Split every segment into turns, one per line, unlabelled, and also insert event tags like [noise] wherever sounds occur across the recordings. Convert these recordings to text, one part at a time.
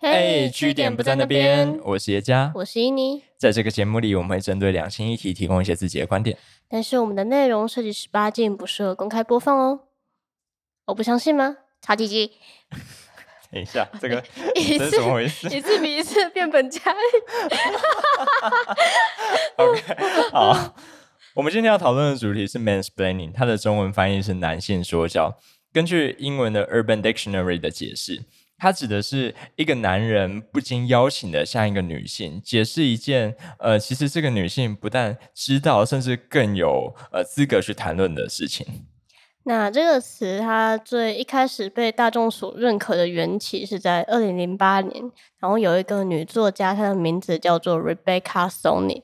哎，据点不在那边，
我是叶佳。
我是伊妮。
在这个节目里，我们会针对两性议题提供一些自己的观点。
但是我们的内容涉及十八禁，不适合公开播放哦。我不相信 [laughs] 吗？查鸡鸡，哎
等一哎下，这个
[laughs] 一
这是
次
怎么
[laughs]
回事
一次比一次变本加厉。
？OK，好，我们今天要讨论的主题是 mansplaining，它的中文翻译是男性说教。根据英文的 Urban Dictionary 的解释，它指的是一个男人不经邀请的向一个女性解释一件呃，其实这个女性不但知道，甚至更有呃资格去谈论的事情。
那这个词，它最一开始被大众所认可的缘起是在二零零八年，然后有一个女作家，她的名字叫做 Rebecca Solnit。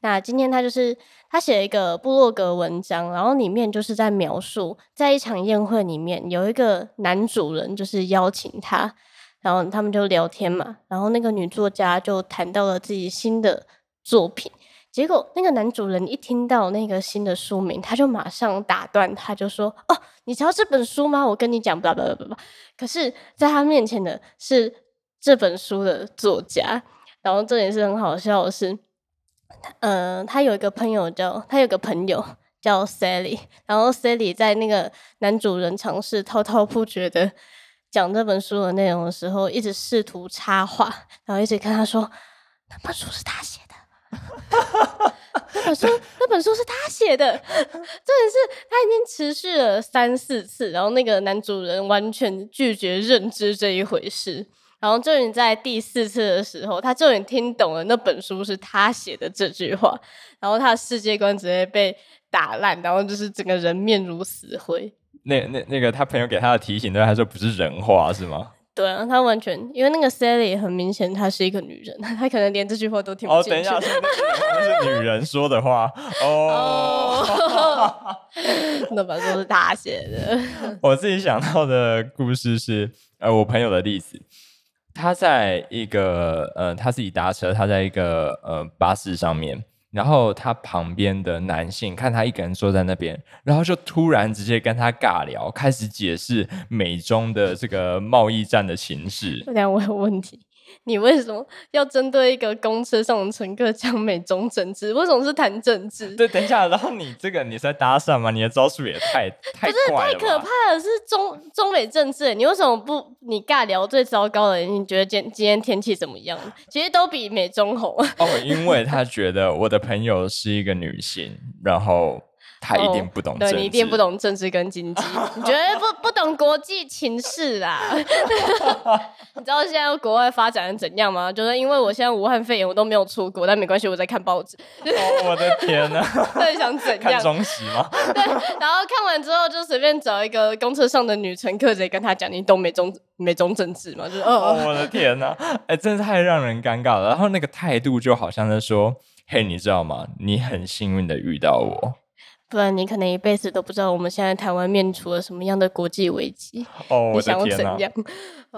那今天她就是她写了一个部落格文章，然后里面就是在描述，在一场宴会里面有一个男主人就是邀请她，然后他们就聊天嘛，然后那个女作家就谈到了自己新的作品，结果那个男主人一听到那个新的书名，他就马上打断他，就说：“哦，你知道这本书吗？我跟你讲，巴拉巴拉巴拉。”可是，在他面前的是这本书的作家，然后这也是很好笑的是，呃，他有一个朋友叫他有个朋友叫 Sally，然后 Sally 在那个男主人尝试滔滔不绝的讲这本书的内容的时候，一直试图插话，然后一直跟他说那本书是他写的。那本书，那本书是他写的，真的是他已经持续了三四次，然后那个男主人完全拒绝认知这一回事，然后终于在第四次的时候，他终于听懂了那本书是他写的这句话，然后他的世界观直接被打烂，然后就是整个人面如死灰。
那那那个他朋友给他的提醒，对他说不是人话是吗？
对啊，他完全因为那个 Sally 很明显她是一个女人， [laughs] 她可能连这句话都听不
哦，
进
等一
去。
下，是那个是女人说的话哦。
哦， [laughs] 那本书是他写的。
我自己想到的故事是，呃，我朋友的例子，他在一个呃，他自己搭车，他在一个呃巴士上面，然后他旁边的男性看他一个人坐在那边，然后就突然直接跟他尬聊，开始解释美中的这个贸易战的情势。
我想我有问题，你为什么要针对一个公车上的乘客讲美中政治？为什么是谈政治？
[laughs] 对，等一下，然后你这个你是在搭讪吗？你的招数也
[laughs]
太太怪
太
了吧！
可怕了，是中中美政治。欸你为什么不你尬聊最糟糕的？你觉得今今天天气怎么样？其实都比美中红。
哦，因为他觉得我的朋友是一个女性，然后她一定不懂政
哦对
治，
你一定不。懂政治跟经济，你绝对不不懂国际情势啦。 [laughs] 你知道现在国外发展的怎样吗？就是因为我现在武汉肺炎，我都没有出国，但没关系，我在看报纸，
[laughs] 哦，我的天呐，
[laughs] 到底想怎
看
样？
中习吗？
对， [laughs] 然后看完之后就随便找一个公车上的女乘客，直接跟她讲你懂美中美中政治吗？就是哦，
哦，我的天呐，哎，真是太让人尴尬了。然后那个态度就好像在说：“嘿，你知道吗？你很幸运的遇到我。
不然你可能一辈子都不知道我们现在台湾面处了什么样的国际危机，”
哦，
你
我
想要
的
怎
天呐。
样？嗯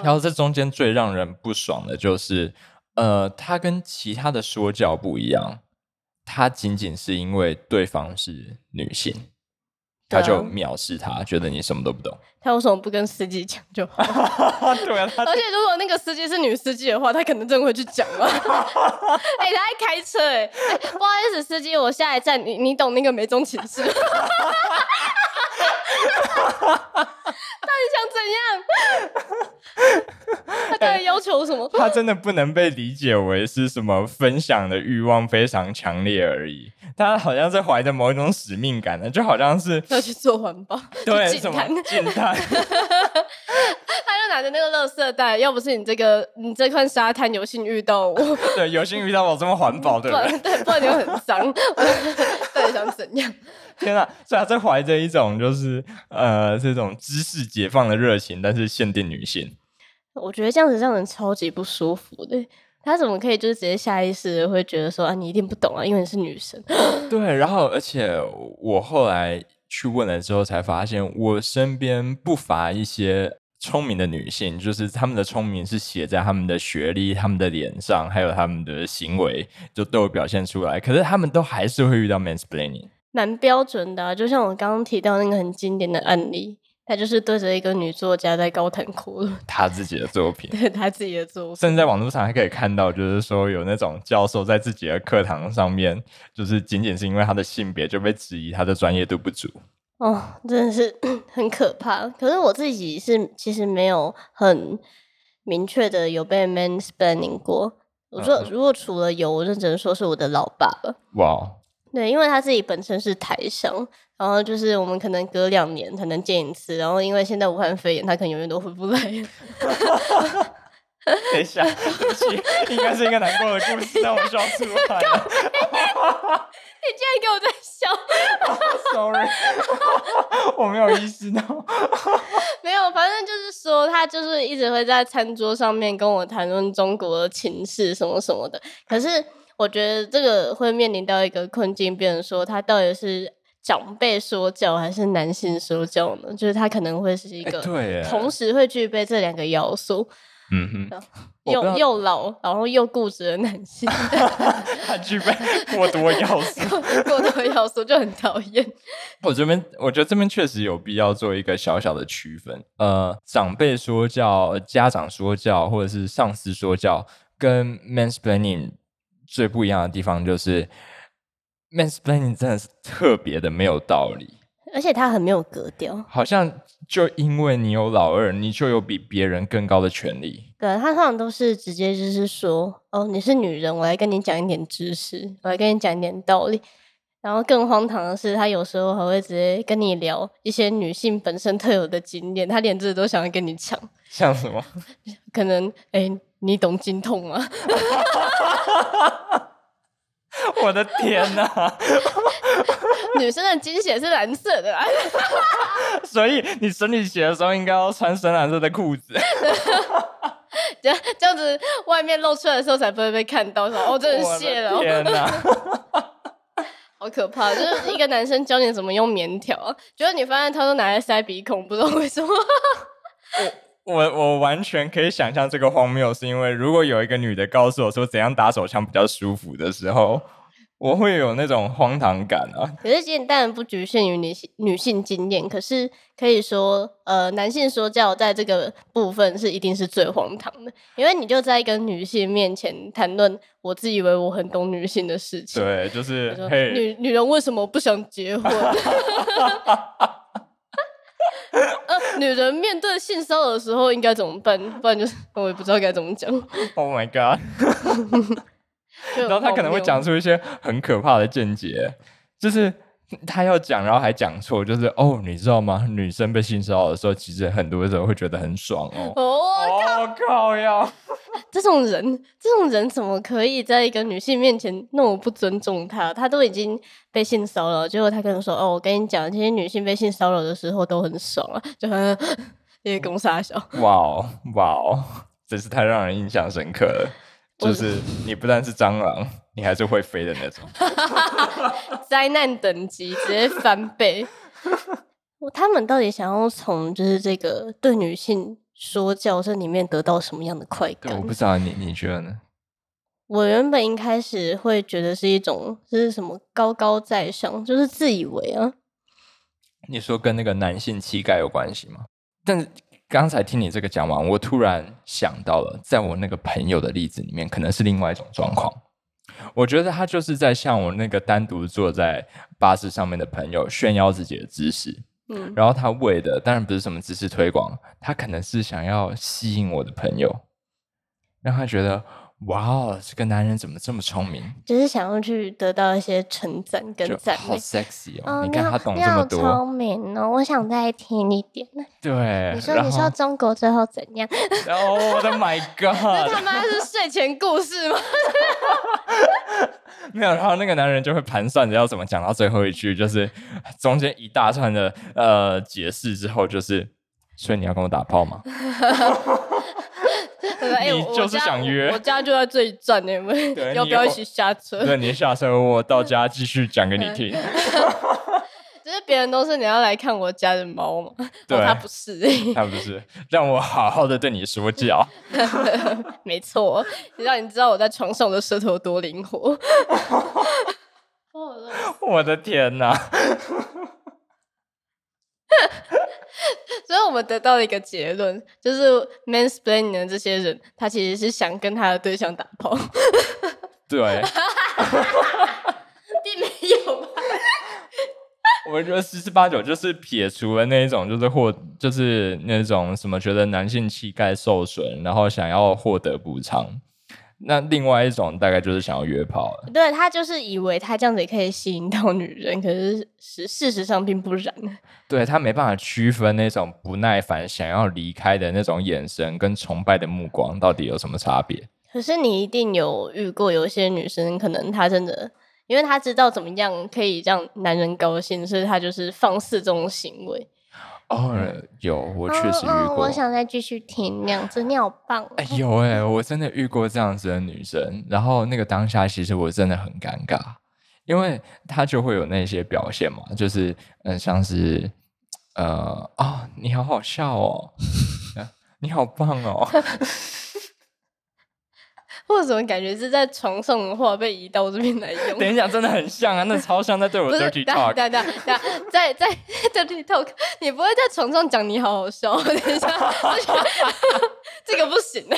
然后这中间最让人不爽的就是，呃，他跟其他的说教不一样，他仅仅是因为对方是女性，
对
他
啊
就藐视他，觉得你什么都不懂。
他为什么不跟司机讲就好？
[laughs] 对啊，他
[laughs] 而且如果那个司机是女司机的话，他可能真的会去讲
[laughs]
啊。哎、他还开车哎、哎不好意思，司机，我下一站，你你懂那个美中情事？ [laughs] 到底想怎样？他
哎
到底要求什么？ [laughs]
他真的不能被理解为是什么分享的欲望非常强烈而已，他好像是怀着某一种使命感的，就好像是
要去做环保，
对
[laughs] 去
什
净
么
滩。
近滩。
他就拿着那个垃圾袋，要不是你这个你这块沙滩有幸遇到我，
对，有幸遇到我这么环
[laughs]
保
不
的人，
然对，不然你会很脏。 [laughs] 到底想怎样？
天啊！所以他在怀着一种就是呃这种知识解放的热情，但是限定女性。
我觉得这样子让人超级不舒服的。他怎么可以就是直接下意识地会觉得说啊，你一定不懂啊，因为你是女生。 [gasps]
对，然后而且我后来去问了之后，才发现我身边不乏一些聪明的女性，就是她们的聪明是写在她们的学历、她们的脸上，还有她们的行为，就都有表现出来。可是她们都还是会遇到 mansplaining。
蛮标准的啊、就像我刚刚提到那个很经典的案例，他就是对着一个女作家在高谈阔论， [laughs]
他自己的作品。
对他自己的作品。
甚至在网络上还可以看到，就是说有那种教授在自己的课堂上面，就是仅仅是因为他的性别就被质疑他的专业度不足。
哦，真的是 [coughs] 很可怕。可是我自己是其实没有很明确的有被 mansplaining 过。我说
嗯
如果除了有，我就只能说是我的老爸吧。
哇，哦
对，因为他自己本身是台商，然后就是我们可能隔两年才能见一次，然后因为现在武汉肺炎，他可能永远都回不来。 [laughs]
等一下，对不起，应该是一个难过的故事，但我笑出来了
你竟然给我在笑？
，sorry，我没有意识到。
没有，反正就是说，他就是一直会在餐桌上面跟我谈论中国的情势什么什么的。可是我觉得这个会面临到一个困境，变成说他到底是长辈说教还是男性说教呢？就是他可能会是一
哎
个
对耶
同时会具备这两个要素，
嗯哼，我不知
又
道
又老，然后又固执的男性，
他具备过多要素。
[laughs] 过多要素就很讨厌。
我这边，我觉得这边确实有必要做一个小小的区分。呃，长辈说教、家长说教，或者是上司说教，跟 mansplaining 最不一样的地方就是 mansplaining 真的是特别的没有道理。
而且他很没有格调，
好像就因为你有老二，你就有比别人更高的权利。
对他通常都是直接就是说，哦，你是女人，我来跟你讲一点知识，我来跟你讲一点道理。然后更荒唐的是，他有时候还会直接跟你聊一些女性本身特有的经验，他连这都想要跟你抢。
像什么？ [laughs]
可能，哎、你懂经痛吗？ [laughs]
我的天哪、
女生的经血是蓝色的啦，啊
所以你生理期的时候应该要穿深蓝色的裤子。
这样这样子外面露出来的时候才不会被看到。说，哦，这是血了
我的，天哪、
好可怕！就是一个男生教你怎么用棉条，结果你发现他都拿来塞鼻孔，不知道为什么。 [laughs]
我我完全可以想象这个荒谬，是因为如果有一个女的告诉我说怎样打手枪比较舒服的时候，我会有那种荒唐感啊。
可是，其实当然不局限于女性女性经验，可是可以说，呃，男性说教在这个部分是一定是最荒唐的，因为你就在一个女性面前谈论我自以为我很懂女性的事情。
对，就是
我说
嘿，
女女人为什么不想结
[laughs]
婚？呃，呃女人面对性骚扰的时候应该怎么办？不然就是我也不知道该怎么讲。
Oh my god！
就
然后他
很
可能
荒
会
谬
讲出一些很可怕的见解，就是他要讲，然后还讲错，就是哦，你知道吗？女生被性骚扰的时候，其实很多时候会觉得很爽哦。
哦，
哦靠呀！
这种人，这种人怎么可以在一个女性面前那么不尊重她？她都已经被性骚扰，结果她跟你说：“哦，我跟你讲，这些女性被性骚扰的时候都很爽啊，就很 [laughs] 这些公杀小。
[laughs] 哇哦哇哦，真是太让人印象深刻了。就是你不但是蟑螂，你还是会飞的那种。
灾难等级直接翻
[laughs]
倍。我他们到底想要从就是这个对女性说教这里面得到什么样的快
对，我
感
不？知道你你觉得呢？
我原本一开始会觉得是一种这是什么高高在上，就是自以为啊。
你说跟那个男性气概有关系吗？但是刚才听你这个讲完，我突然想到了，在我那个朋友的例子里面，可能是另外一种状况。我觉得他就是在向我那个单独坐在巴士上面的朋友炫耀自己的知识，
嗯，
然后他为的当然不是什么知识推广，他可能是想要吸引我的朋友，让他觉得哇哦，这个男人怎么这么聪明，
就是想要去得到一些称赞跟
就
赞
好
美。
sexy 哦！
哦，
你看
好
他懂
你
这么
好
多，
聪明哦！我想再听一点。
对，
你说，
哎然
你 [laughs] 说
后
中国最后怎 [laughs] 样？
哦，我的 my
这
god！ [laughs]
他妈是睡前故事 [laughs] 吗？
没有，然后那个男人就会盘算着要怎么讲到最后一句，就是中间一大串的呃解释之后，就是所以你要跟我打炮吗？
哎
你
我
就是
我家
想约
我家就在这一站，你们
对
要
你
不要一
有
起下车？
对，你下车我到家继续讲给你听。
[laughs] 就是别人都是你要来看我家的猫嘛， [laughs]
对
哦、他不是、 [laughs]
他不是让我好好的对你说教，
没错，你让你知道我在床上我的舌头有多灵活。 [laughs] 哦
我的天哪！
所以我们得到了一个结论，就是 mansplaining 的这些人，他其实是想跟他的对象打炮，
对，
[laughs] 并没有吧？
我觉得十之八九就是撇除了那一种，就是获，就是那种什么觉得男性气概受损，然后想要获得补偿。那另外一种大概就是想要约炮了，
对他就是以为他这样子也可以吸引到女人，可是事事实上并不然。 [laughs]
对他没办法区分那种不耐烦想要离开的那种眼神跟崇拜的目光到底有什么差别。
可是你一定有遇过有一些女生，可能她真的，因为她知道怎么样可以让男人高兴，所以她就是放肆这种行为。
哦，有，我确实遇过。
哦哦我想再继续听那样子，你好棒哦、
哎、
[laughs]
有哎、我真的遇过这样子的女生，然后那个当下其实我真的很尴尬，因为她就会有那些表现嘛，就是嗯、呃像是呃啊、你好好笑哦， [laughs] 呃你好棒哦， [laughs]
或者怎么感觉是在床上的话被移到这边来
[laughs]
用？
等一下真的很像啊，那超像在对
[laughs]
我
不是，
dirty
等下
talk，
等下等 [laughs] 下，在在 dirty talk，你不会在床上讲你好好笑？ [laughs] 等一下，我觉得这个不 [laughs] 行的。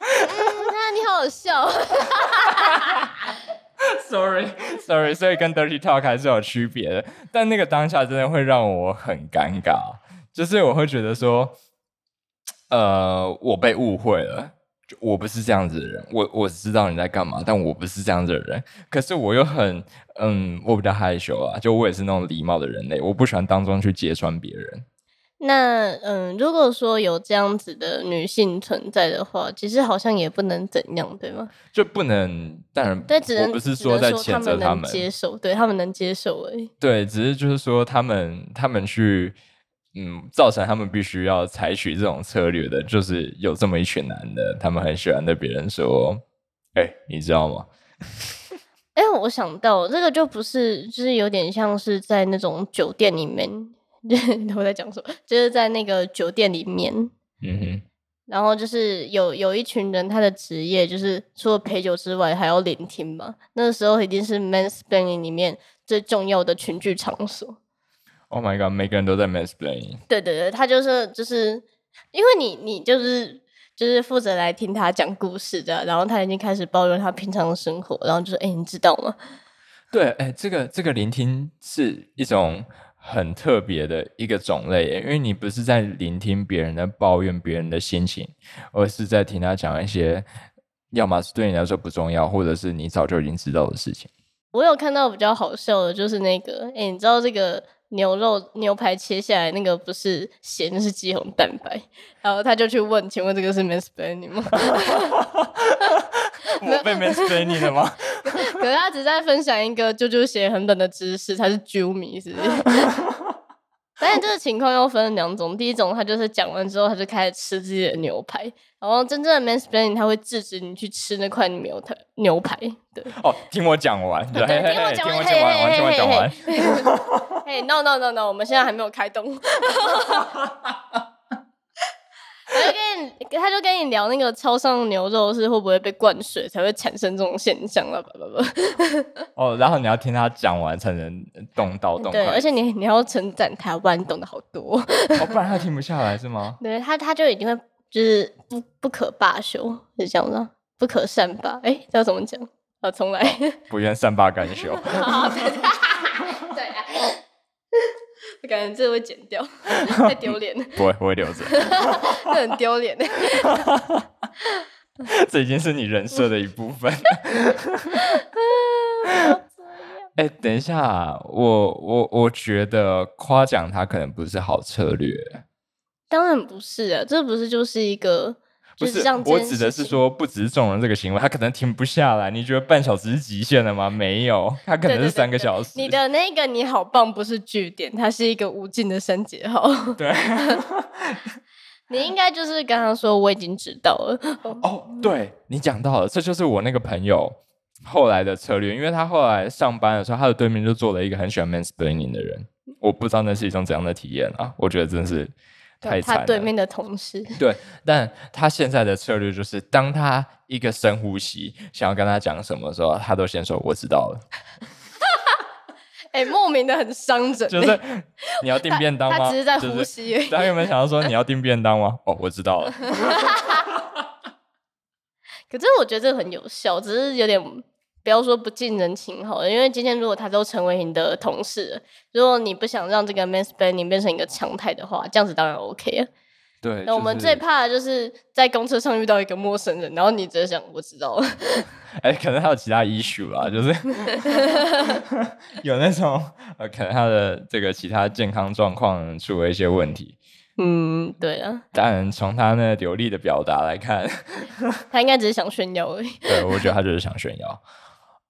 嗯，那你好好笑，哦
Sorry, [laughs] sorry，所以跟 dirty talk 还是有区别的，但那个当下真的会让我很尴尬，就是我会觉得说，呃，我被误会了，就我不是这样子的人，我我知道你在干嘛，但我不是这样子的人，可是我又很，嗯，我比较害羞啊，就我也是那种礼貌的人类，我不喜欢当中去揭穿别人。
那嗯，如果说有这样子的女性存在的话，其实好像也不能怎样，对吗？
就不能，当然，
对，只能
我不是
只
说
能
在
说
谴责
他们能接受，对他们能接受而已。
对，只是就是说他们他们去嗯，造成他们必须要采取这种策略的，就是有这么一群男的，他们很喜欢对别人说：“哎、你知道吗？
哎、我想到这个就不是，就是有点像是在那种酒店里面， [laughs] 我在讲什么？就是在那个酒店里面，
嗯哼，
然后就是有有一群人，他的职业就是除了陪酒之外，还要聆听嘛。那时候已经是 mansplaining 里面最重要的群聚场所。
Oh my god！每个人都在 mansplaining，
对对对，他就是就是因为你你就是就是负责来听他讲故事的，啊然后他已经开始抱怨他平常的生活，然后就说：“哎、你知道吗？
对，哎，这个这个聆听是一种很特别的一个种类耶，因为你不是在聆听别人的抱怨、别人的心情，而是在听他讲一些，要么是对你来说不重要，或者是你早就已经知道的事情。
我有看到比较好笑的，就是那个，哎、你知道这个牛肉牛排切下来那个不是咸，那是肌红蛋白。然后他就去问，请问这个是 mansplaining 吗？
我被 mansplaining 了吗？
可是他只在分享一个啾啾鞋很冷的知识，他是啾迷，是不是？但是这个情况又分两种，第一种他就是讲完之后他就开始吃自己的牛排，然后真正的 mansplaining 他会制止你去吃那块牛排牛排，对，
哦，听我讲完，
[laughs]
对
对
嘿
听我
嘿
讲
[laughs] 听
完
我讲完，
嘿
听我讲完。
[laughs] 哎、n o no no no，我们现在还没有开动。他就跟你，他就跟你聊那个超商牛肉是会不会被灌水才会产生这种现象了，吧吧吧。
哦，然后你要听他讲完才能动刀动
对，
筷
而，且你你还要称赞他，不然你懂得好多。
[laughs] 哦，不然他停不下来
[laughs]
是吗？
对他，他就一定会就是不不可罢休，是这样的，不可善罢。哎、这要怎么讲？啊，重来。 [laughs]
不愿善罢甘休。
对、啊， [laughs] 我感觉这会剪掉，太丢脸了，
不会，我会留
[laughs]
着。
这很丢脸。
这已经是你人设的一部
[laughs]
分。哎、等一下，我我我觉得夸奖他可能不是好策略，
[laughs] 当然不是啊，这不是就是一个，
不
就是
是
让这
我
件
指
事
的是
情，
说，不只是纵容这个行为，他可能停不下来。你觉得半小时是极限了吗？没有，他可
对
能
对
是
对
三个
对
小时。
你的那个你好棒不是句点，它是一个无尽的删节号。 [laughs]
对，
你应该就是刚刚说我已经知道了，
哦，对你讲到了，这就是我那个朋友后来的策略，因为他后来上班的时候，他的对面就坐了一个很喜欢 mansplaining 的人，我不知道那是一种怎样的体验啊，我觉得真是太惨
他
了。
对面的同事。
对，但他现在的策略就是，当他一个深
[laughs]
呼吸，想要跟他讲什么的时候，他都先说我知道了。
哎、哎、莫名的很伤人、
就
欸
是你要订便当吗？
他只是在
就
呼吸而已
大家有没有想要
[laughs]
说你要订便当吗？哦，我知道了，
可是我觉得这个很有效，只是有点不要说不近人情好了，因为今天如果他都成为你的同事了，如果你不想让这个 mansplaining 变成一个常态的话，这样子当然 OK 了。
对。
那我们
就是
最怕的就是在公车上遇到一个陌生人，然后你只是想我知道了，
哎、可能还有其他 issue 啊，就是 [laughs] 有那种呃，可能他的这个其他健康状况出了一些问题。
[laughs] 嗯，对啊，
当然，从他那流利的表达来看， [laughs]
他应该只是想炫耀而已。
对我觉得他就是想炫耀。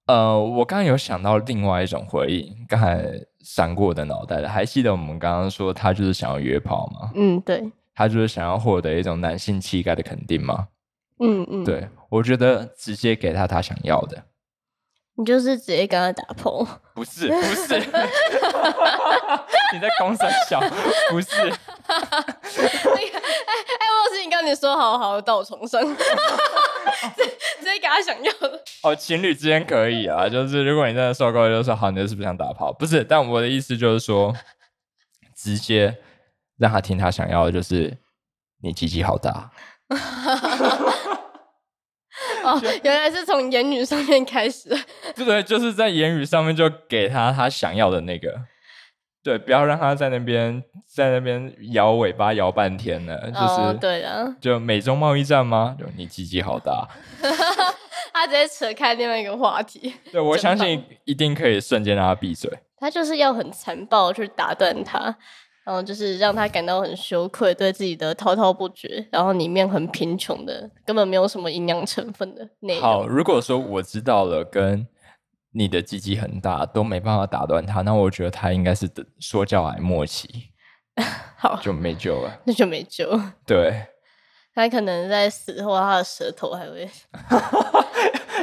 呃，我刚刚有想到另外一种回应，刚才闪过我的脑袋了。还记得我们刚刚说他就是想要约炮吗？
嗯，对，
他就是想要获得一种男性气概的肯定吗？
嗯嗯，，
对，我觉得直接给他他想要的，
你就是直接跟他打破。
不是不是， [laughs] 你在公三小， [laughs] 不是，
[laughs] 哎、我有事情跟你说，好好到我床上， [laughs] 直接给他想要的。
哦，情侣之间可以啊，就是如果你真的受够了，就说好，你是不是想打炮？不是，但我的意思就是说，直接让他听他想要的，就是你鸡鸡好大，
哦，原来是从言语上面开始。
对对，就是在言语上面就给他他想要的那个。对，不要让他在那边在那边摇尾巴摇半天了，就是、
哦，对了，
就美中贸易战吗？就你鸡鸡好大，
他直接扯开另外一个话题，
[laughs] 对我
真
相信一定可以瞬间让他闭嘴。
他就是要很残暴地去打断他，然后就是让他感到很羞愧，对自己的滔滔不绝，然后里面很贫穷的，根本没有什么营养成分的内容。
好，如果说我知道了，跟你的鸡鸡很大都没办法打断他，那我觉得他应该是得说教癌末期，
好，
就没
[laughs]
救了。
那就没救。
对，
他可能在死后，他的舌头还会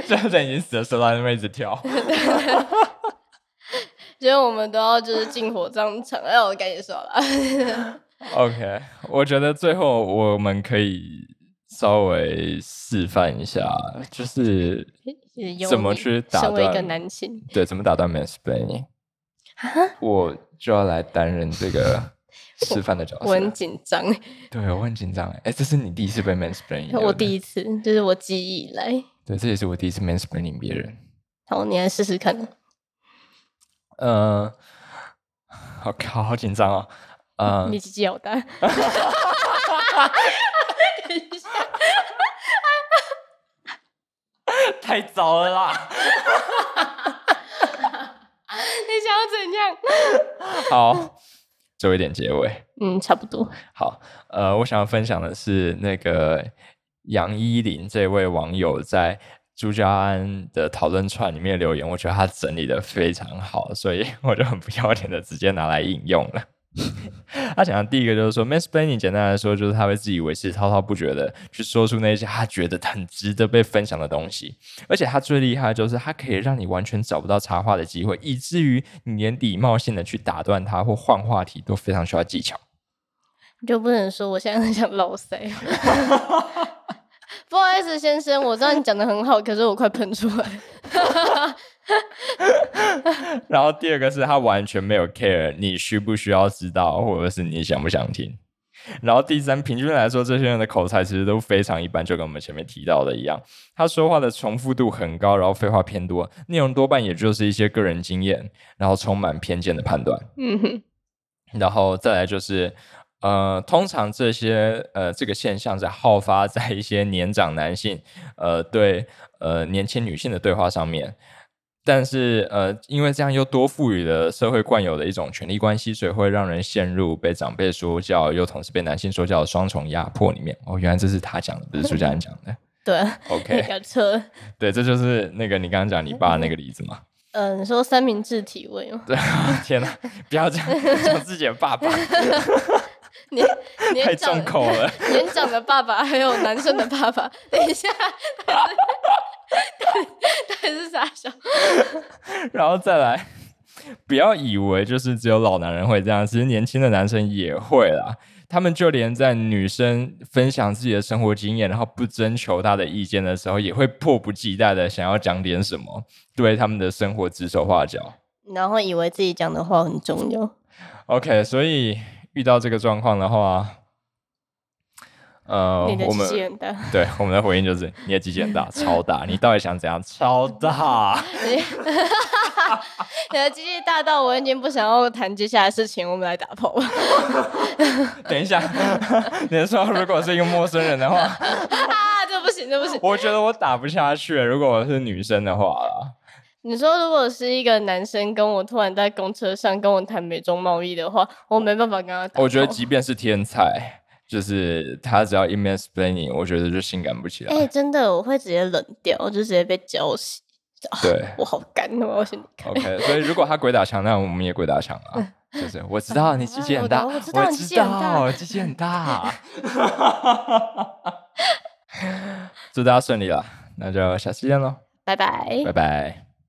就是在已经死的时候，他在那边一
[laughs]
直跳。
所以我们都要就是进火葬场。哎，我跟你说 [laughs] 了，
OK，我觉得最后我们可以稍微示范一下，就是
有
怎么
你
去打
身为一个
断
男性，
对怎么打断 mansplaining，我就要来担任这个示范的角
啊 [laughs] 我很
色。
紧张，
对，我很紧张哎，诶这是你第一次被
[laughs]
mansplaining，对不
我
对
第一次，就是我记忆以来。
对，这也是我第一次 mansplaining 别人。
好，你来试试看。
呃，好靠，好紧张哦。呃
[laughs] 你，鸡鸡好大。等一下，
[laughs] 太早了啦。
你想要怎样？
好，做一点结尾。
嗯，差不多。
好，呃，我想要分享的是那个杨依林这位网友在朱家安的讨论串里面留言，我觉得他整理的非常好，所以我就很不要脸的直接拿来引用了。 [laughs] 他讲的第一个就是说 m a n s p l a i n i n g 简单来说就是他会自以为是、滔滔不绝的去说出那些他觉得很值得被分享的东西，而且他最厉害的就是他可以让你完全找不到插话的机会，以至于你连礼貌性的去打断他或换话题都非常需要技巧。
你就不能说我现在很想老塞。 [laughs] 不好意思，先生，我知道你讲的很好，可是我快喷出来。
[laughs] 然后第二个是他完全没有 care 你需不需要知道，或者是你想不想听。然后第三，平均来说，这些人的口才其实都非常一般，就跟我们前面提到的一样，他说话的重复度很高，然后废话偏多，内容多半也就是一些个人经验，然后充满偏见的判断。
嗯哼，
然后再来就是，呃，通常这些呃这个现象在好发在一些年长男性，呃，对呃年轻女性的对话上面。但是呃，因为这样又多赋予了社会惯有的一种权力关系，所以会让人陷入被长辈说教，又同时被男性说教的双重压迫里面。哦，原来这是他讲的，不是朱家人讲的。
对啊，你
[laughs] OK，
搞错了。
对，这就是那个你刚刚讲你爸那个例子嘛。 [laughs]
嗯、你说三明治体味吗？
对，啊天哪，不要这样讲自己的爸爸，
你
[laughs] 太
年长
重口了。
年长的爸爸还有男生的爸爸，等一下，到底是傻笑？
然后再来，不要以为就是只有老男人会这样，其实年轻的男生也会啦。他们就连在女生分享自己的生活经验，然后不征求她的意见的时候，也会迫不及待的想要讲点什么，对他们的生活指手画脚。
然后以为自己讲的话很重要。
OK，所以遇到这个状况的话，呃
你的，
我
脾
们
气很大，
对我们的回应就是你的机器很大，超大，你到底想怎样？超大。
[laughs] 你啊的机器大到我已经不想要谈接下来的事情，我们来打炮吧。
[laughs]
[laughs]
等一下， [laughs] 你说如果是一个陌生人的话，
啊，这不行，这不行。
我觉得我打不下去。如果我是女生的话啦，
你说如果是一个男生跟我突然在公车上跟我谈美中贸易的话，我没办法跟他打炮。
我觉得即便是天才，就是他只要一 mansplaining，我觉得就性感不起来。
哎、真的，我会直接冷掉，我就直接被浇熄。
对
[laughs] 我好干哦，我要先离开。
，OK，所以如果他鬼打墙，那我们也鬼打墙
[laughs]
啊。就是我知道你机器很大，
我懂我知道你
知
机器很大
道机器很大。 [laughs] 祝大家顺利啦，那就下次见喽，
拜拜哎
拜。拜。